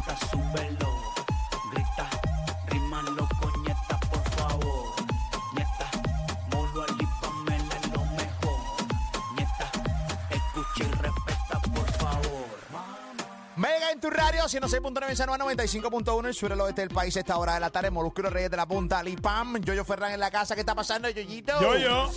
Grita, súbelo, grita, rímalo con nieta, por favor. Nieta, molo al Pamela es lo mejor. Nieta, escucha y respeta, por favor. Mega en tu radio, 106.9 en San Juan, 95.1 en el sur el oeste del país. A Esta hora de la tarde, Molusco Reyes de la Punta, Lipam, Yoyo Ferran en la casa. ¿Qué está pasando, Yoyito? Yo, yo.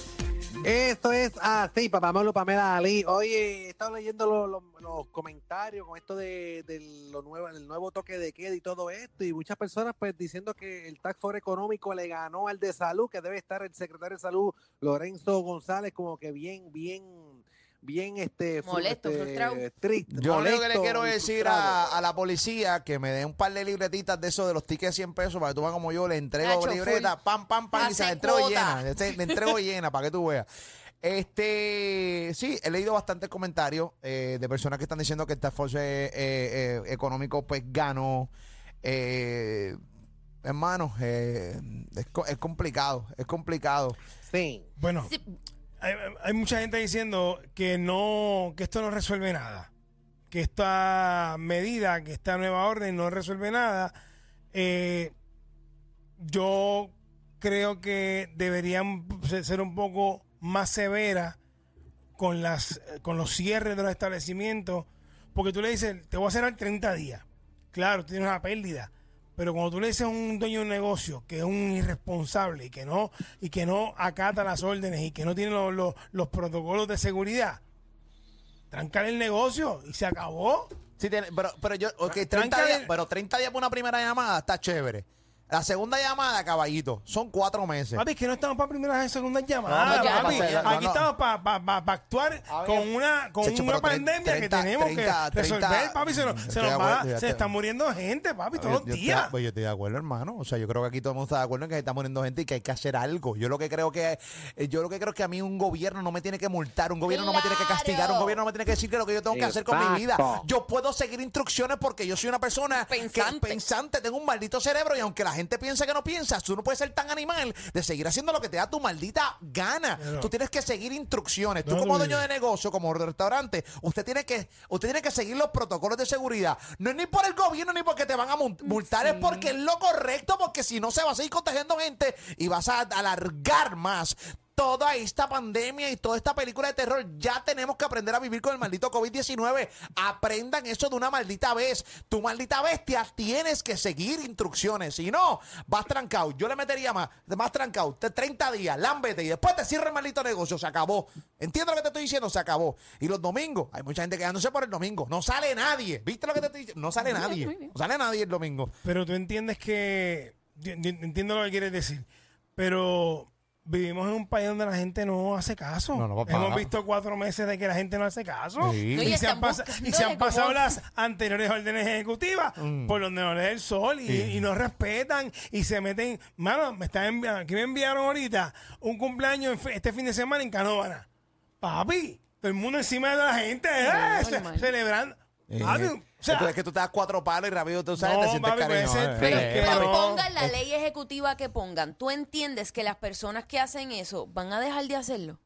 Esto es así, papá Molo, Pamela Ali. Oye, he estado leyendo los, los- los comentarios con esto de, de lo nuevo, el nuevo toque de queda y todo esto, y muchas personas pues diciendo que el tax for económico le ganó al de salud, que debe estar el secretario de salud Lorenzo González como que bien, bien, bien este fru- Molesto, este, frustrado. triste. Yo lo único que le molesto quiero y decir frustrado. a, a la policía que me dé un par de libretitas de eso de los tickets de 100 pesos para que tú veas como yo le entrego Nacho, libreta, full. pam, pam, pam, y se Hace la entrego cuota. llena. Este, Le entrego llena para que tú veas. Este, sí, he leído bastantes comentarios eh, de personas que están diciendo que el Task Force eh, eh, eh, económico pues ganó. Eh, hermano, eh, es, co- es complicado, es complicado. Sí. Bueno, hay, hay mucha gente diciendo que no, que esto no resuelve nada. Que esta medida, que esta nueva orden no resuelve nada. Eh, yo creo que deberían se- ser un poco más severas con las con los cierres de los establecimientos, porque tú le dices, te voy a cerrar 30 días. Claro, tienes una pérdida, pero cuando tú le dices a un dueño de un negocio que es un irresponsable y que no y que no acata las órdenes y que no tiene los, los- los protocolos de seguridad, trancar el negocio y se acabó. Sí, tiene- pero, pero yo, ok, 30 tranca días, de- pero 30 días por una primera llamada está chévere. La segunda llamada, caballito, son cuatro meses. Papi, es que no estamos para primeras y segundas No, llamadas. no, ya, papi. ya, ya, Aquí no, Ah, no. estamos para actuar A ver, con una, con Checho, una pero tre- pandemia que 30, tenemos 30, que resolver, 30. papi. Se nos, se Estoy nos de va- acuerdo, ya se te- está muriendo gente, papi, todos los Yo- yo estoy- días. pues yo estoy de acuerdo, hermano. O sea, yo creo que aquí todo el mundo está de acuerdo en que se está muriendo gente y que hay que hacer algo. Yo lo que creo que eh, yo lo que creo que a mí un gobierno no me tiene que multar, un gobierno no me tiene que castigar, un ¡Claro! gobierno no me tiene que decir que lo que yo tengo que hacer con mi vida. Exacto. Yo puedo seguir instrucciones porque yo soy una persona que- Pensante. pensante, tengo un maldito cerebro y aunque la gente piensa que no piensas, tú no puedes ser tan animal de seguir haciendo lo que te da tu maldita gana. Pero- tú tienes que seguir instrucciones. Tú No, como no, dueño no. de negocio, como restaurante, usted tiene que usted tiene que seguir los protocolos de seguridad. No es ni por el gobierno ni porque te van a mun- Mm, multar, es porque es lo correcto, porque si no se va a seguir contagiando gente y vas a alargar más. Toda esta pandemia y toda esta película de terror, ya tenemos que aprender a vivir con el maldito COVID-19. Aprendan eso de una maldita vez. Tu maldita bestia, tienes que seguir instrucciones. Si no, vas trancado. Yo le metería más, más trancado. Te 30 días, lámbete y después te cierra el maldito negocio. Se acabó. Entiendo lo que te estoy diciendo, se acabó. Y los domingos, hay mucha gente quedándose por el domingo. No sale nadie. ¿Viste lo que te estoy diciendo? No sale nadie. No sale nadie el domingo. Pero tú entiendes que. yo- yo Entiendo lo que quieres decir. Pero vivimos en un país donde la gente no hace caso. No, no, papá. Hemos visto cuatro meses de que la gente no hace caso. Sí. No, y Y, se están han pasa- buscando y se han de cómo- pasado las anteriores órdenes ejecutivas por donde no les da el sol y, Mm. Sí. y no respetan y se meten. Mano, me están enviando. Aquí me enviaron ahorita un cumpleaños en fe- este fin de semana en Canóvana. Papi, todo el mundo encima de la gente. eh, ce- normal. celebrando. Ah, Papi, o sea, Entonces, Eh, es que tú te das cuatro palos y rápido tú sabes, eh, No, te sientes papi, pues, puede ser, cariño. Eh, pero- eh, pero- papi. Pero no. pongan la ley ejecutiva que pongan. ¿Tú entiendes que las personas que hacen eso van a dejar de hacerlo?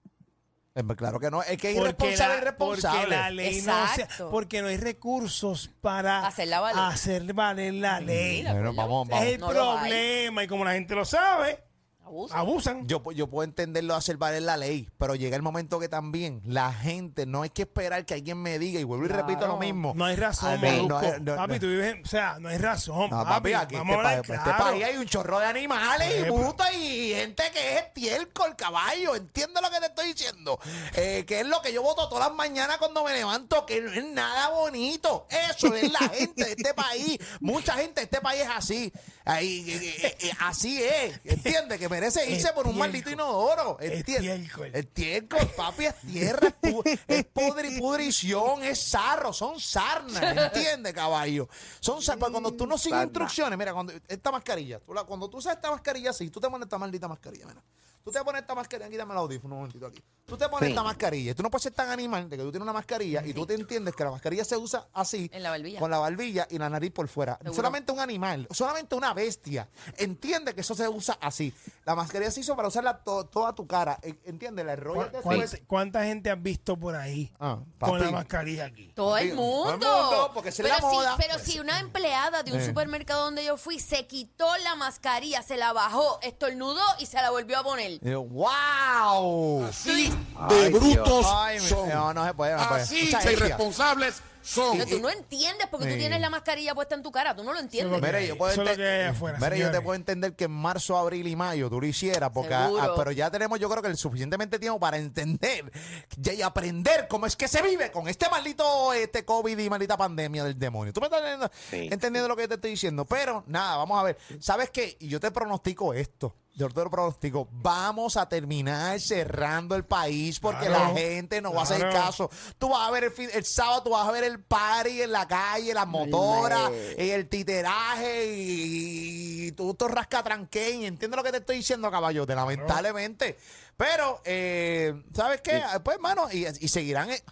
Eh, pues Claro que no, es que es Porque irresponsable, la- irresponsable. Porque la ley no se- Exacto. porque no hay recursos para Hacerla valer. hacer valer la ley. Bueno, vamos, es vamos. el No lo hay. problema y como la gente lo sabe, Abuso. Abusan. Yo, pu- yo puedo entenderlo de hacer valer la ley, pero llega el momento que también la gente no hay que esperar que alguien me diga, y vuelvo y repito lo mismo. No hay razón, Ay, no, Molusco. no, no, papi, no. tú vives en- O sea, no hay razón. No, papi, papi, aquí este, vamos a hablar pa- este claro. Eh, pues. país hay un chorro de animales y Ejemplo. putos y gente que es estiércol, caballo. Entiendo lo que te estoy diciendo. Eh, que es lo que yo voto todas las mañanas cuando me levanto, que no es nada bonito. Eso es la gente de este país. Mucha gente de este país es así. Ahí, eh, eh, eh, así es. ¿Entiendes? Que merece irse por un Estiércol. maldito inodoro. ¿Entiendes? Estiércol. Estiércol, papi, es tierra, es, pu- es podri- pudrición, es sarro, son sarnas, ¿entiendes, caballo? Son sarnas, pero cuando tú no sigues instrucciones, mira, cuando esta mascarilla, tú la- cuando tú usas esta mascarilla así, tú te pones esta maldita mascarilla, mira. Tú te pones esta mascarilla, quítame el audífono un momentito aquí. Tú te pones esta mascarilla, tú no puedes ser tan animal de que tú tienes una mascarilla y tú te entiendes que la mascarilla se usa así. En la barbilla. Con la barbilla y la nariz por fuera. Seguro. Solamente un animal, solamente una bestia entiende que eso se usa así. La mascarilla se hizo para usarla to- toda tu cara, en- entiende, la ¿Cuán- enrollas de cuánta- después- ¿Cuánta gente has visto por ahí Ah, con la papi. mascarilla aquí? Todo el Digo, mundo. todo el mundo, porque si es pero la moda, si, pero pues. si una empleada de un Eh. supermercado donde yo fui se quitó la mascarilla, se la bajó, estornudó y se la volvió a poner. Y yo, ¡Wow! Ay, Dios. Ay, mi- no, no se puede. No se puede. Mucha bestia. Pero tú no entiendes porque tú Sí. tienes la mascarilla puesta en tu cara. Tú no lo entiendes. Mira, yo puedo Eso es lo enten- que hay afuera, Mira, yo señores. te puedo entender que en marzo, abril y mayo tú lo hicieras, porque ah, Seguro. ah, pero ya tenemos yo creo que el suficientemente tiempo para entender y, y aprender cómo es que se vive con este maldito este COVID y maldita pandemia del demonio. ¿Tú me estás entendiendo, entendiendo lo que te estoy diciendo? Pero nada, vamos a ver. ¿Sabes qué? Y yo te pronostico esto. Yo te lo pronostico, vamos a terminar cerrando el país porque Claro. la gente no va a hacer Claro. caso. Tú vas a ver el, fin- el sábado, tú vas a ver el party en la calle, las motoras, eh, el titeraje y, tú todo rascatranqueño. Entiendo lo que te estoy diciendo, caballote, lamentablemente. Pero, eh, ¿sabes qué? Pues, hermano, y, y seguirán. eh,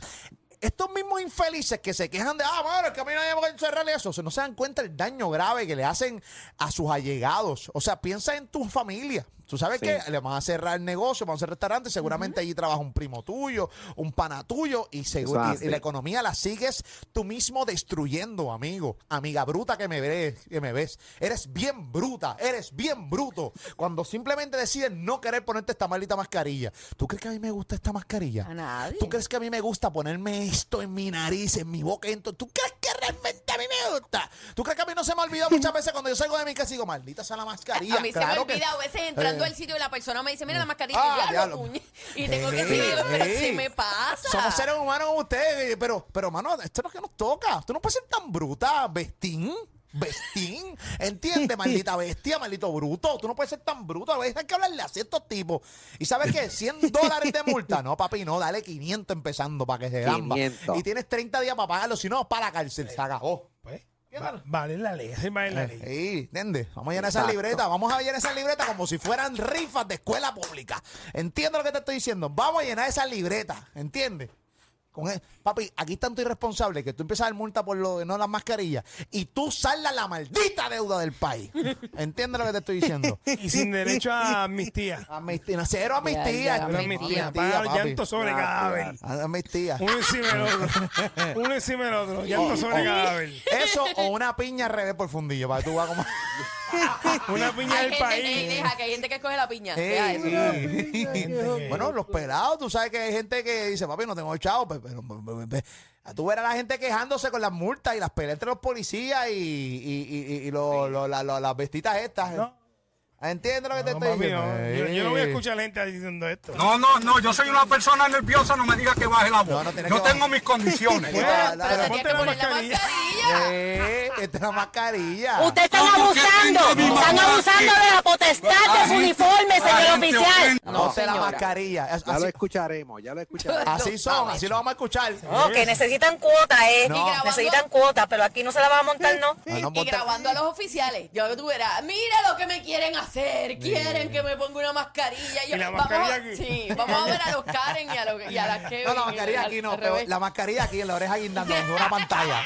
estos mismos infelices que se quejan de, ah, bueno, el camino nadie puede encerrar y eso, o sea, no se dan cuenta el daño grave que le hacen a sus allegados. O sea, piensa en tu familia. Tú sabes que le van a cerrar el negocio, van a cerrar el restaurante, seguramente allí trabaja un primo tuyo, un pana tuyo, y, segu- y- y la economía la sigues tú mismo destruyendo, amigo. Amiga bruta que me ves, que me ves. Eres bien bruta, eres bien bruto. Cuando simplemente decides no querer ponerte esta maldita mascarilla. ¿Tú crees que a mí me gusta esta mascarilla? A nadie. ¿Tú crees que a mí me gusta ponerme esto en mi nariz, en mi boca? en to- ¿Tú crees que realmente a mí me gusta? ¿Tú crees que a mí no se me ha olvidado muchas veces cuando yo salgo de mi casa y digo, maldita sea la mascarilla? A mí se me Claro que- olvida a veces entrando Eh, al sitio y la persona me dice, mira la mascarilla, Ah, y, yo, "Diablo, diablo". puñe". y tengo que Ey, seguir, pero ey. si me pasa. Somos seres humanos como ustedes, eh, pero, pero, mano, esto es lo que nos toca. Tú no puedes ser tan bruta, bestín. Bestín, entiende, maldita bestia, maldito bruto. Tú no puedes ser tan bruto. A veces hay que hablarle así a estos tipos. ¿Y sabes qué? 100 dólares de multa. No, papi, no, dale 500 empezando para que se gamba. 500. Y tienes 30 días para pagarlo. Si no, para la cárcel, se agajó. Pues, va- vale la ley, hacen vale Eh, la ley. Sí, ¿entiendes? Vamos a llenar esas libretas, vamos a llenar esas libretas como si fueran rifas de escuela pública. ¿Entiendes lo que te estoy diciendo? Vamos a llenar esas libretas, ¿entiendes? Con el- papi, aquí es tanto irresponsable que tú empiezas a dar multa por lo de no las mascarillas y tú saldas la maldita deuda del país. ¿Entiendes lo que te estoy diciendo? Y sin derecho a amnistía. Amnistía, cero Ya, ya, amnistía. Una amnistía, amnistía. Pagar los llantos sobre cadáver. Amnistía. Uno encima del otro. Uno encima del otro. Llantos sobre cadáver. Eso o una piña al revés por fundillo para que tú vas como... Una piña Hay del gente que país. deja, que hay gente que escoge la piña. Ey, Deja eso. sí. bueno, los pelados, tú sabes que hay gente que dice, papi, no tengo chavo, pe- pero, pe- pe- pe- pe- tú verás a la gente quejándose con las multas y las peleas entre los policías y, y- y- y- y lo- lo- la- lo- las vestitas estas. ¿eh? No. ¿Entiendes lo que te No, estoy papi, diciendo? no. Yo, yo no voy a Ey. escuchar a la gente diciendo esto. No, no, no, yo soy una persona nerviosa, no me digas que baje la voz. No, no tienes yo que bajar. tengo mis condiciones. Bueno, Pero la- Pero la- tenía ponte que la poner la mascarilla. mascarilla. Ey, esta es la mascarilla. están abusando, están abusando de la potestad de su uniforme, señor oficial. No, Ponte la señora. mascarilla. Es- Ya lo Así, escucharemos, ya lo escucharemos. así son, así lo vamos a escuchar. Que necesitan cuota, eh. No. Necesitan cuota, pero aquí no se la van a montar, ¿no? No, no, Y ponte- grabando a los oficiales. Yo tú verás, mira lo que me quieren hacer. Quieren que me ponga una mascarilla. Yo, Y la vamos, mascarilla a- aquí. Sí, vamos a ver a los Karen y a, los- y a las Kevin. No, la mascarilla aquí no, pero la mascarilla aquí en la oreja guindando en una pantalla.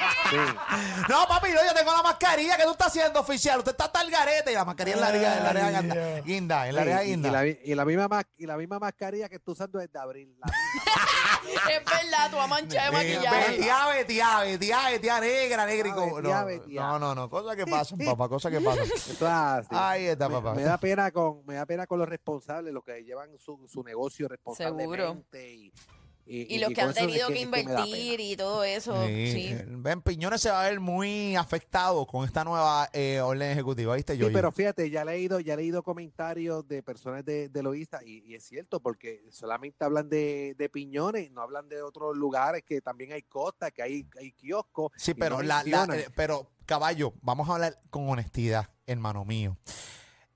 No, papi, no, yo tengo la mascarilla. ¿Qué tú estás haciendo, oficial? Usted está hasta el garete. Y la mascarilla en la área, en la área Ay, ganda- Dios. guinda, en la Sí, área y, y guinda. la, vi- y la misma ma- y la misma mascarilla que estoy usando desde abril. la misma. Es verdad, tu mancha de maquillaje. Betía, betía, betía, betía, negra, negra. y co- Betía, no, betía. No, no, no. Cosas que pasan, papá. Cosas que pasan. Esto es así. Ahí está, me, papá. me da pena con me da pena con los responsables, los que llevan su, su negocio responsablemente y, y, Y los y que con han eso es tenido que es me da invertir y todo eso. Sí, Sí. eh, Ben Piñones se va a ver muy afectado con esta nueva eh, orden ejecutiva, ¿viste? pena. Yoyi? Sí, pero fíjate, ya he leído, ya he leído comentarios de personas de, de Loísta y, y es cierto, porque solamente hablan de, de piñones, no hablan de otros lugares que también hay costas, que hay, hay kioscos. Sí, y pero, no la, la- mencionan. eh, pero caballo, vamos a hablar con honestidad, hermano mío.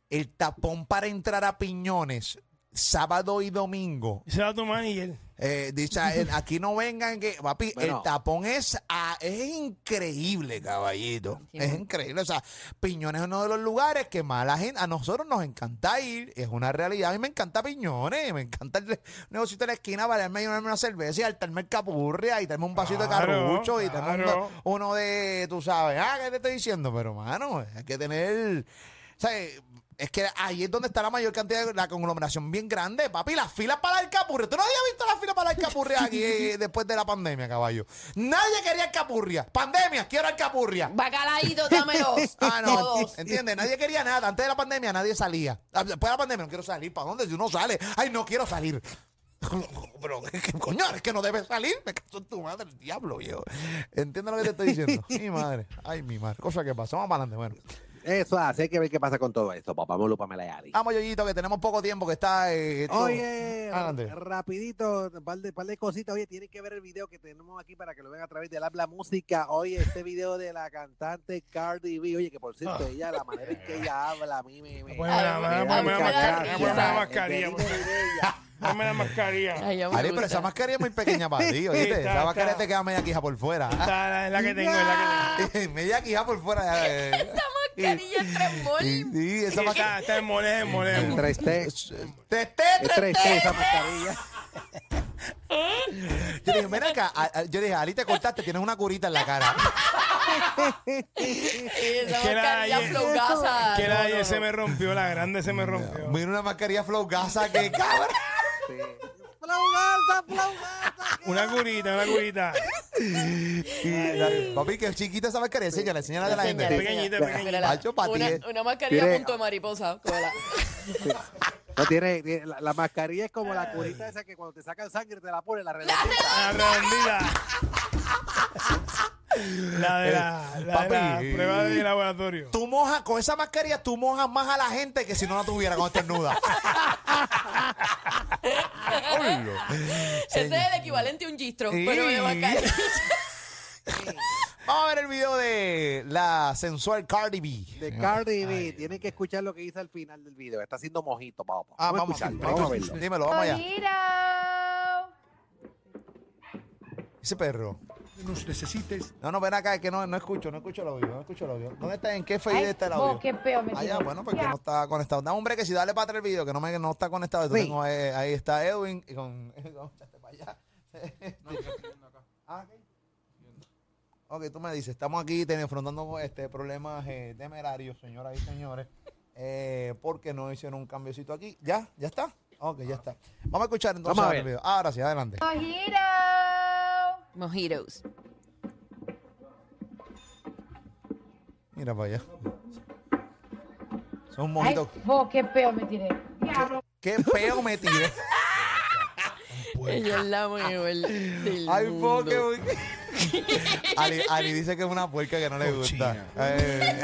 El tapón para entrar a Piñones sábado y domingo. Se va tu manager. eh, dice, eh, aquí no vengan que, papi, el Bueno. tapón es, a- es increíble, caballito. Es increíble. O sea, Piñones es uno de los lugares que más a la gente, a nosotros nos encanta ir. Es una realidad. A mí me encanta Piñones. Me encanta el negocio de la esquina para darme una cerveza y altarme el capurria y darme un vasito de Claro, carrucho y darme claro. uno- uno de, tú sabes, ah, ¿qué te estoy diciendo? Pero, mano, hay que tener, ¿sabes? Es que ahí es donde está la mayor cantidad, de- la conglomeración bien grande, papi. Las filas para el capurria. ¿Tú no habías visto las filas para el capurria aquí eh, después de la pandemia, caballo? Nadie quería el capurria. Pandemia, quiero el capurria. Bacalaíto, dame dos. Ah, no, Todos. ¿entiendes? Nadie quería nada. Antes de la pandemia nadie salía. Ah, Después de la pandemia no quiero salir. ¿Para dónde? Si uno sale, ay, no quiero salir. Pero, ¿qué coño? Es que no debes salir. Me caso en tu madre, el diablo, viejo. ¿Entiendes lo que te estoy diciendo? mi madre. Ay, mi madre. Cosa que pasa. Vamos para adelante, bueno. Eso hace, hay que ver qué pasa con todo esto, papá Molo Pamela Yari. Vamos, Yoyito, que tenemos poco tiempo, que está... eh, todo- Oye, Adelante. rapidito, un par de, par de cositas. Oye, tienen que ver el video que tenemos aquí para que lo vean a través del Habla Música. Oye, este video de la cantante Cardi B. Oye, que por cierto, ella, la manera en que ella habla, a mí Ah. me... me- Ponme la- me da ponme la mucha mascarilla, gracia. ponme la mascarilla, El por delito de ella. Dame Ah. la mascarilla. Ay, ya me Ari, pero gusta. esa mascarilla es muy pequeña para ti, ¿oíste? está, Esa mascarilla está. te queda media quija por fuera. Esta es la que tengo, es la que tengo. media quija por fuera. eh. Mascarilla tres Y- bolis. y esa Sí, mascarilla... Está, está en molestia, en molestia. El 3T, ¡Te el 3T, este, esa mascarilla. Yo dije, ven acá. A- a- Yo dije, Ali, te cortaste, tienes una curita en la cara. Esa que la mascarilla hay- flow gasa. No, Que la no, se no. me rompió, la grande se me rompió. Mira una mascarilla flow gasa que cabrón. Sí. Flaugaza, flaugaza, que- Una curita, una curita. Y la- Papi, que chiquita esa mascarilla. Enséñale, enséñala de la Señala, gente. Pequeñita, señala. pequeñita. Mírala. Pacho, pa' ti, Una- eh. Una mascarilla Mire. punto de mariposa. cógela. No tiene, tiene- la, la mascarilla es como la curita esa que cuando te sacan sangre te la ponen la redondita. La redondita. La de la, la, de la Papi. prueba de laboratorio. Tú mojas, con esa mascarilla, tú mojas más a la gente que si no la tuviera cuando estornuda. Oilo. Ese es el equivalente a un gistro, pero Sí. de mascarilla. Vamos a ver el video de la sensual Cardi B. de Cardi B. Tienen que escuchar lo que dice al final del video. Está haciendo mojito, papá. Ah, vamos, vamos, a escucharlo, vamos a verlo. Dímelo, vamos allá. Ese perro. Nos necesites. No, no, ven acá, es que no, no escucho, no escucho el audio, no escucho el audio. ¿Dónde está? ¿En qué fade está el audio? qué peo, me Allá, Ah, bueno, porque no está conectado. Da hombre que si dale para atrás el video, que no, me, no está conectado. Yo Sí. tengo, eh, ahí está Edwin y con... con- échate para allá. Ah, ok. Ok, tú me dices, estamos aquí ten- enfrentando este, problemas eh, temerarios, señoras y señores, eh, porque no hicieron un cambiocito aquí. ¿Ya? ¿Ya está? Ok, ya está. Vamos a escuchar entonces Vamos a el ver. video. Ahora sí, adelante. Mojitos. Mira para allá. Son mojitos. Vos, qué peo me tiré. ¿Qué peo me tiré? Ella es la mejor del Ay, po, mundo. qué bu- Ali, Ali dice que es una puerca que no le gusta. Eh,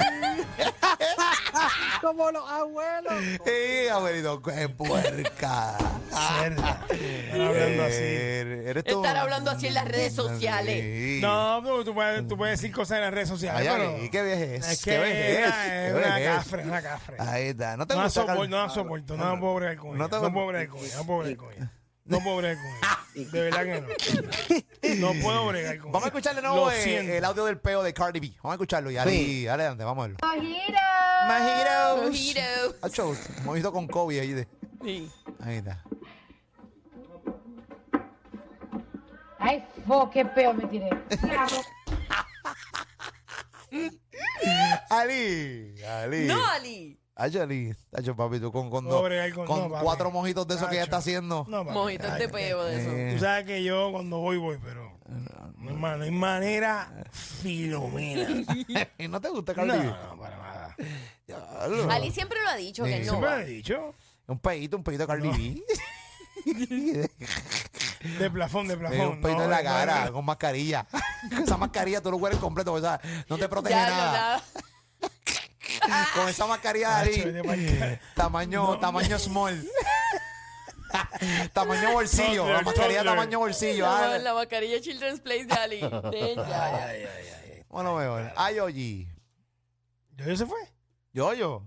Como los abuelos. eh, abuelito, qué puerca. Están hablando así. Eh, eres tú. Estar hablando así en las redes sociales. Sí. No, pero tú puedes, tú puedes decir cosas en las redes sociales. Ay, pero Ali, qué vejez. es qué que vejez. era- qué es una vejez. cafre, es una cafre. Ahí está. No te No la gusta. Carlos? soporto, no la soporto, no la puedo bregar con No ella. te- No puedo bregar con ella, no puedo bregar con ella. No puedo bregar con ella. De verdad que no. No puedo bregar con ella. Vamos a escuchar de nuevo Lo eh, siento. el audio del peo de Cardi B. Vamos a escucharlo y Ali, dale, adelante, vamos a verlo. Mojitos. Mojitos. Acho, mojito con Kobe ahí de. Sí. Ahí está. Ay, vos, qué peo me tiré. Ali, Ali. No, Ali. Ay, Ali. Tacho, papi, tú con, con, No dos- bregar con- con no, papi. cuatro mojitos de eso que ella Tacho. está haciendo. No, papi. Mojitos de Este peo de eso. Eh. Tú sabes que yo cuando voy, voy, pero. Hermano, hay manera filomena. ¿Y no te gusta, No, Cardi B? no, para nada. Diablo. Ali siempre lo ha dicho que Sí. no Siempre lo va. he dicho. Un pedito, un pedito de Cardi B. De plafón, de plafón. Eh, un peito no, en la de cara, manera- con mascarilla. esa mascarilla tú lo hueles completo, o sea, no te protege Ya, nada. nada. Con esa mascarilla Tacho, ahí. vete pa'l ca- Tamaño, tamaño small. tamaño bolsillo. Toddler, la mascarilla toddler. tamaño bolsillo. La, Ah, la mascarilla Children's Place de Ali. De ella. bueno, mejor. Ay, oye. ¿Yo, yo se fue? Yo, yo.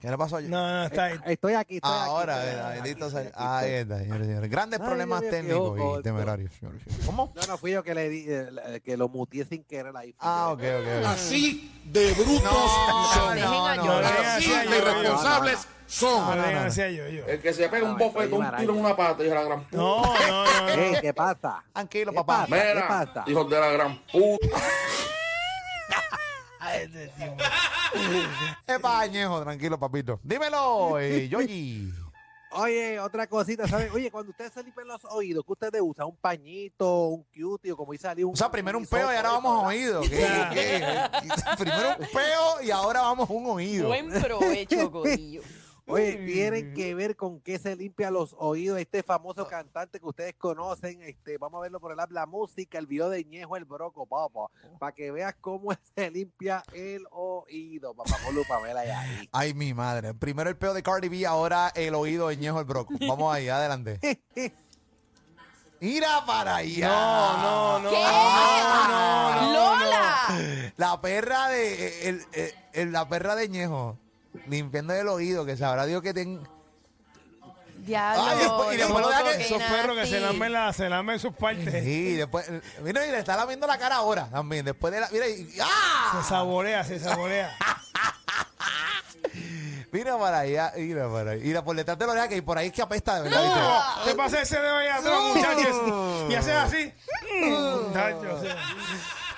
¿Qué le pasó a yo? No, no, está ahí. Estoy aquí, estoy aquí, Ahora, estoy ¿verdad? aquí, bendito estoy sea- aquí, Ahí estoy- está, señores y señores. Grandes Ay, problemas Dios mío, qué técnicos ojo y esto. temerarios, señores y señores. ¿Cómo? No, no, fui yo que le di, eh, la- que lo mutié sin querer ahí. Ah, ok, ok. ok. Así de brutos No, dejen no, a no, Yoyo. no. Dejen así Sí, de no, irresponsables son. No, no, Eh. no. decía yo, yo. que se pega un bofetón, un tiro en una pata, hijo de la gran puta. No, no, no. no. Ey, ¿Qué pasa? Tranquilo, ¿Qué papá. pasa? ¿Qué pasa? de la gran puta. Es pañejo, tranquilo, papito. Dímelo, eh, Yoyi. Oye, otra cosita, ¿saben? Oye, cuando ustedes se limpian los oídos, ¿qué ustedes usan? ¿Un pañito, un cutie o como dice Ali? Un, O sea, primero un peo y ahora hisopo, vamos a ¿verdad? oído. ¿Qué- qué? Primero un peo y ahora vamos a un oído. Buen provecho, Godillo. Oye, tienen que ver con qué se limpia los oídos este famoso cantante que ustedes conocen. Este, vamos a verlo por el app, la música, el video de Ñejo, el broco, papá. Para que veas cómo se limpia el oído, papá. Polo, Pamela, y ahí. Ay, mi madre. Primero el peo de Cardi B, ahora el oído de Ñejo el Broco. Vamos ahí, adelante. Mira para allá. No, no, ¿Qué? no, ¡Lola! La perra de. el- el- el- la perra de Ñejo. Limpiando el oído, que sabrá Dios que ten. Ay, Diablo. después- y después lo deja que- Esos perros que se la lamen, la, se lamen sus partes. Sí, después. Mira, y le está lamiendo la cara ahora también. Después de la. Mira, y- ¡Ah! Se saborea, se saborea. Mira para allá, mira para allá. Mira por detrás de la oreja, que por ahí es que apesta de verdad. ¿viste? No, Te pasa ese dedo ahí atrás, muchachos. Y haces así. Mm, muchachos, o sea,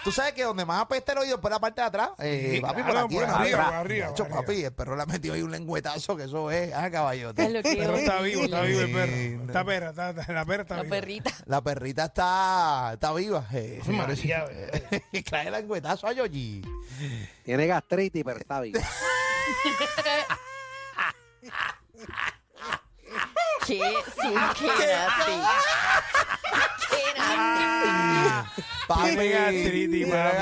Tú sabes que donde más apesta el oído es por la parte de atrás. Eh, Sí, papi, por claro, aquí, por en la arriba, oreja. por arriba, Nacho, por arriba. papi, el perro le ha metido ahí un lengüetazo, que eso es, ah, Es caballote. lo que Pero está vivo, está vivo el Sí, perro. no. Está perra, está, está- la perra está La viva. perrita. La perrita está, está viva. eh, señores. María, bebé. Trae el lengüetazo a Yoyi. Tiene gastritis, pero está bien. ¿Qué? Sí, qué nasty. Qué nasty. Papi, Tiene gastritis, tiene papi.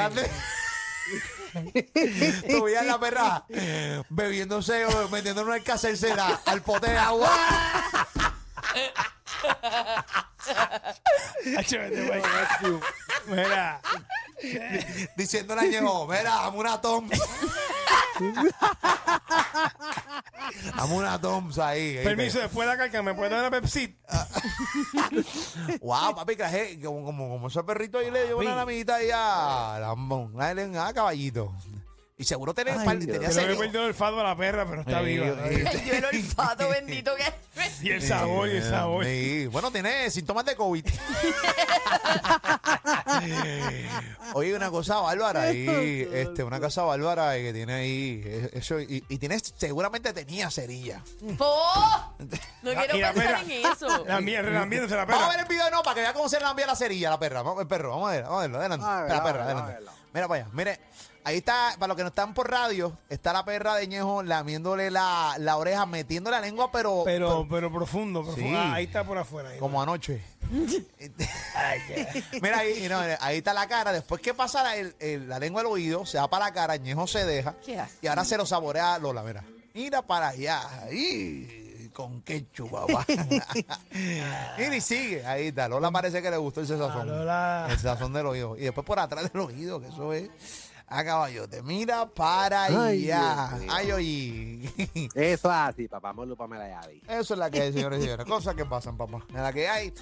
gastritis. Tú veías la perra bebiéndose o metiendo una alcacercera al pote de agua. Nacho, vete pa' allá. Mira, diciéndole a Ñejo, mira, dame una Toms. dame una Toms ahí. permiso, después de la calca, ¿me puedes dar una Pepsi? Wow, papi, traje como, como, como ese perrito ahí le dio una lamita ahí a Lambón. Una LNA, caballito. Y seguro tenía, Ay, par- Dios. tenía Pero he sed. perdido el olfato a la perra, pero está Eh, viva. está viva. eh, Yo el olfato bendito que... Y el sabor, y el sabor. Sí, bueno, tiene síntomas de COVID. Oye, una cosa bárbara ahí, este, una cosa bárbara que tiene ahí, eh, eso, y, y tiene, seguramente tenía cerilla. ¡Po! ¡Oh! No Ah, quiero y la pensar en pera. eso. La mía, relambiéndose la Vamos a ver perra. el video, no, para que vea cómo se le envía la cerilla a la perra. Vamos, el perro, vamos a ver, vamos a verlo, adelante. A ver, la a perra, ver, a adelante. verlo. Mira para allá, mire, ahí está, para los que no están por radio, está la perra de Ñejo lamiéndole la, la oreja, metiendo la lengua, pero, Pero, pero profundo, profundo. Sí. Ah, ahí está por afuera. ahí. como anoche. Mira, ahí, y no, ahí está la cara. Después que pasa la, el- el- la lengua al oído, se va para la cara, Ñejo se deja. ¿Qué hace? Y ahora se lo saborea a Lola, mira. Mira para allá. Ahí, con ketchup, papá. Mira y sigue. Ahí está. Lola parece que le gustó ese Ah, sazón. Lola. El sazón del oído. Y después por atrás del oído, que eso es. A caballote. Mira para Ay, allá. Dios mío. Ay, oye. Eso es así, papá. Molo, Pamela, y ahí. Eso es la que hay, señores y señores. Cosas que pasan, papá. En la que hay.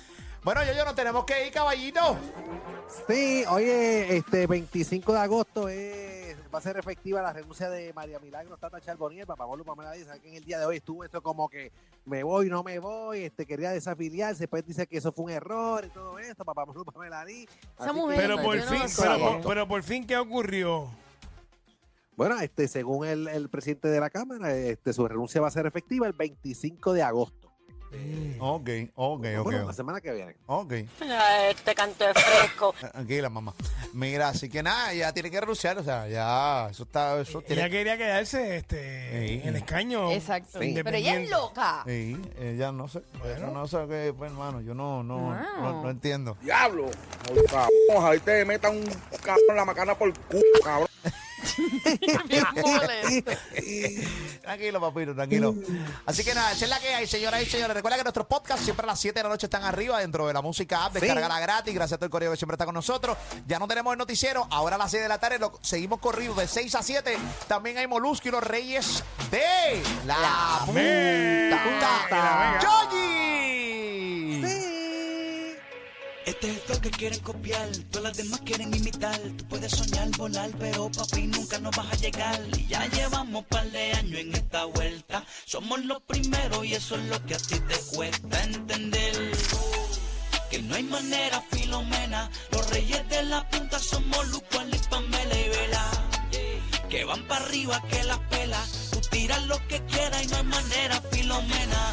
Bueno, yo, yo nos tenemos que ir, caballito. Sí, oye, este 25 de agosto es- va a ser efectiva la renuncia de María Milagros Tata Charbonier, papá Pablo Pamela dice que en el día de hoy estuvo eso como que me voy, no me voy, este quería desafiliarse, después dice que eso fue un error y todo esto, papá Pablo Pamela Lee. mujer, Pero Yo por no fin, sé. pero, por- pero por fin, ¿qué ocurrió? Bueno, este, según el, el presidente de la Cámara, este, su renuncia va a ser efectiva el 25 de agosto. Ok, ok, bueno, la ok. semana que viene. Ok, Ah, Este canto de fresco. tranquila, mamá. Mira, así que nada, ya tiene que renunciar, o sea, ya, eso está, eso Ella tiene que... quería quedarse este, Sí. en el escaño. Exacto. Sí. Pero ella es Independiente. loca. Sí, eh, ya no sé, Bueno. yo no sé qué, pues, hermano, yo no, no, no, no entiendo. Diablo. Cabrón, ahí te meta un cabrón la macana por culo, cabrón. Tranquilo, papito, tranquilo. Así que nada, esa es la que hay, señoras y señores. Recuerda que nuestros podcasts siempre a las 7 de la noche están arriba dentro de la música app. Descargala gratis. Gracias a todo el correo que siempre está con nosotros. Ya no tenemos el noticiero. Ahora a las 6 de la tarde lo seguimos corrido de 6 a 7. También hay Molusco y los Reyes de la, Mega. puta. ¡Yoyi! Este es lo que quieren copiar, todas las demás quieren imitar. Tú puedes soñar, volar, pero papi nunca nos vas a llegar. Y ya llevamos par de años en esta vuelta. Somos los primeros y eso es lo que a ti te cuesta entender. Que no hay manera, Filomena. Los reyes de la punta somos Lucas, y Pamela y Vela. Que van para arriba, que las pela. Tú tiras lo que quieras y no hay manera, Filomena.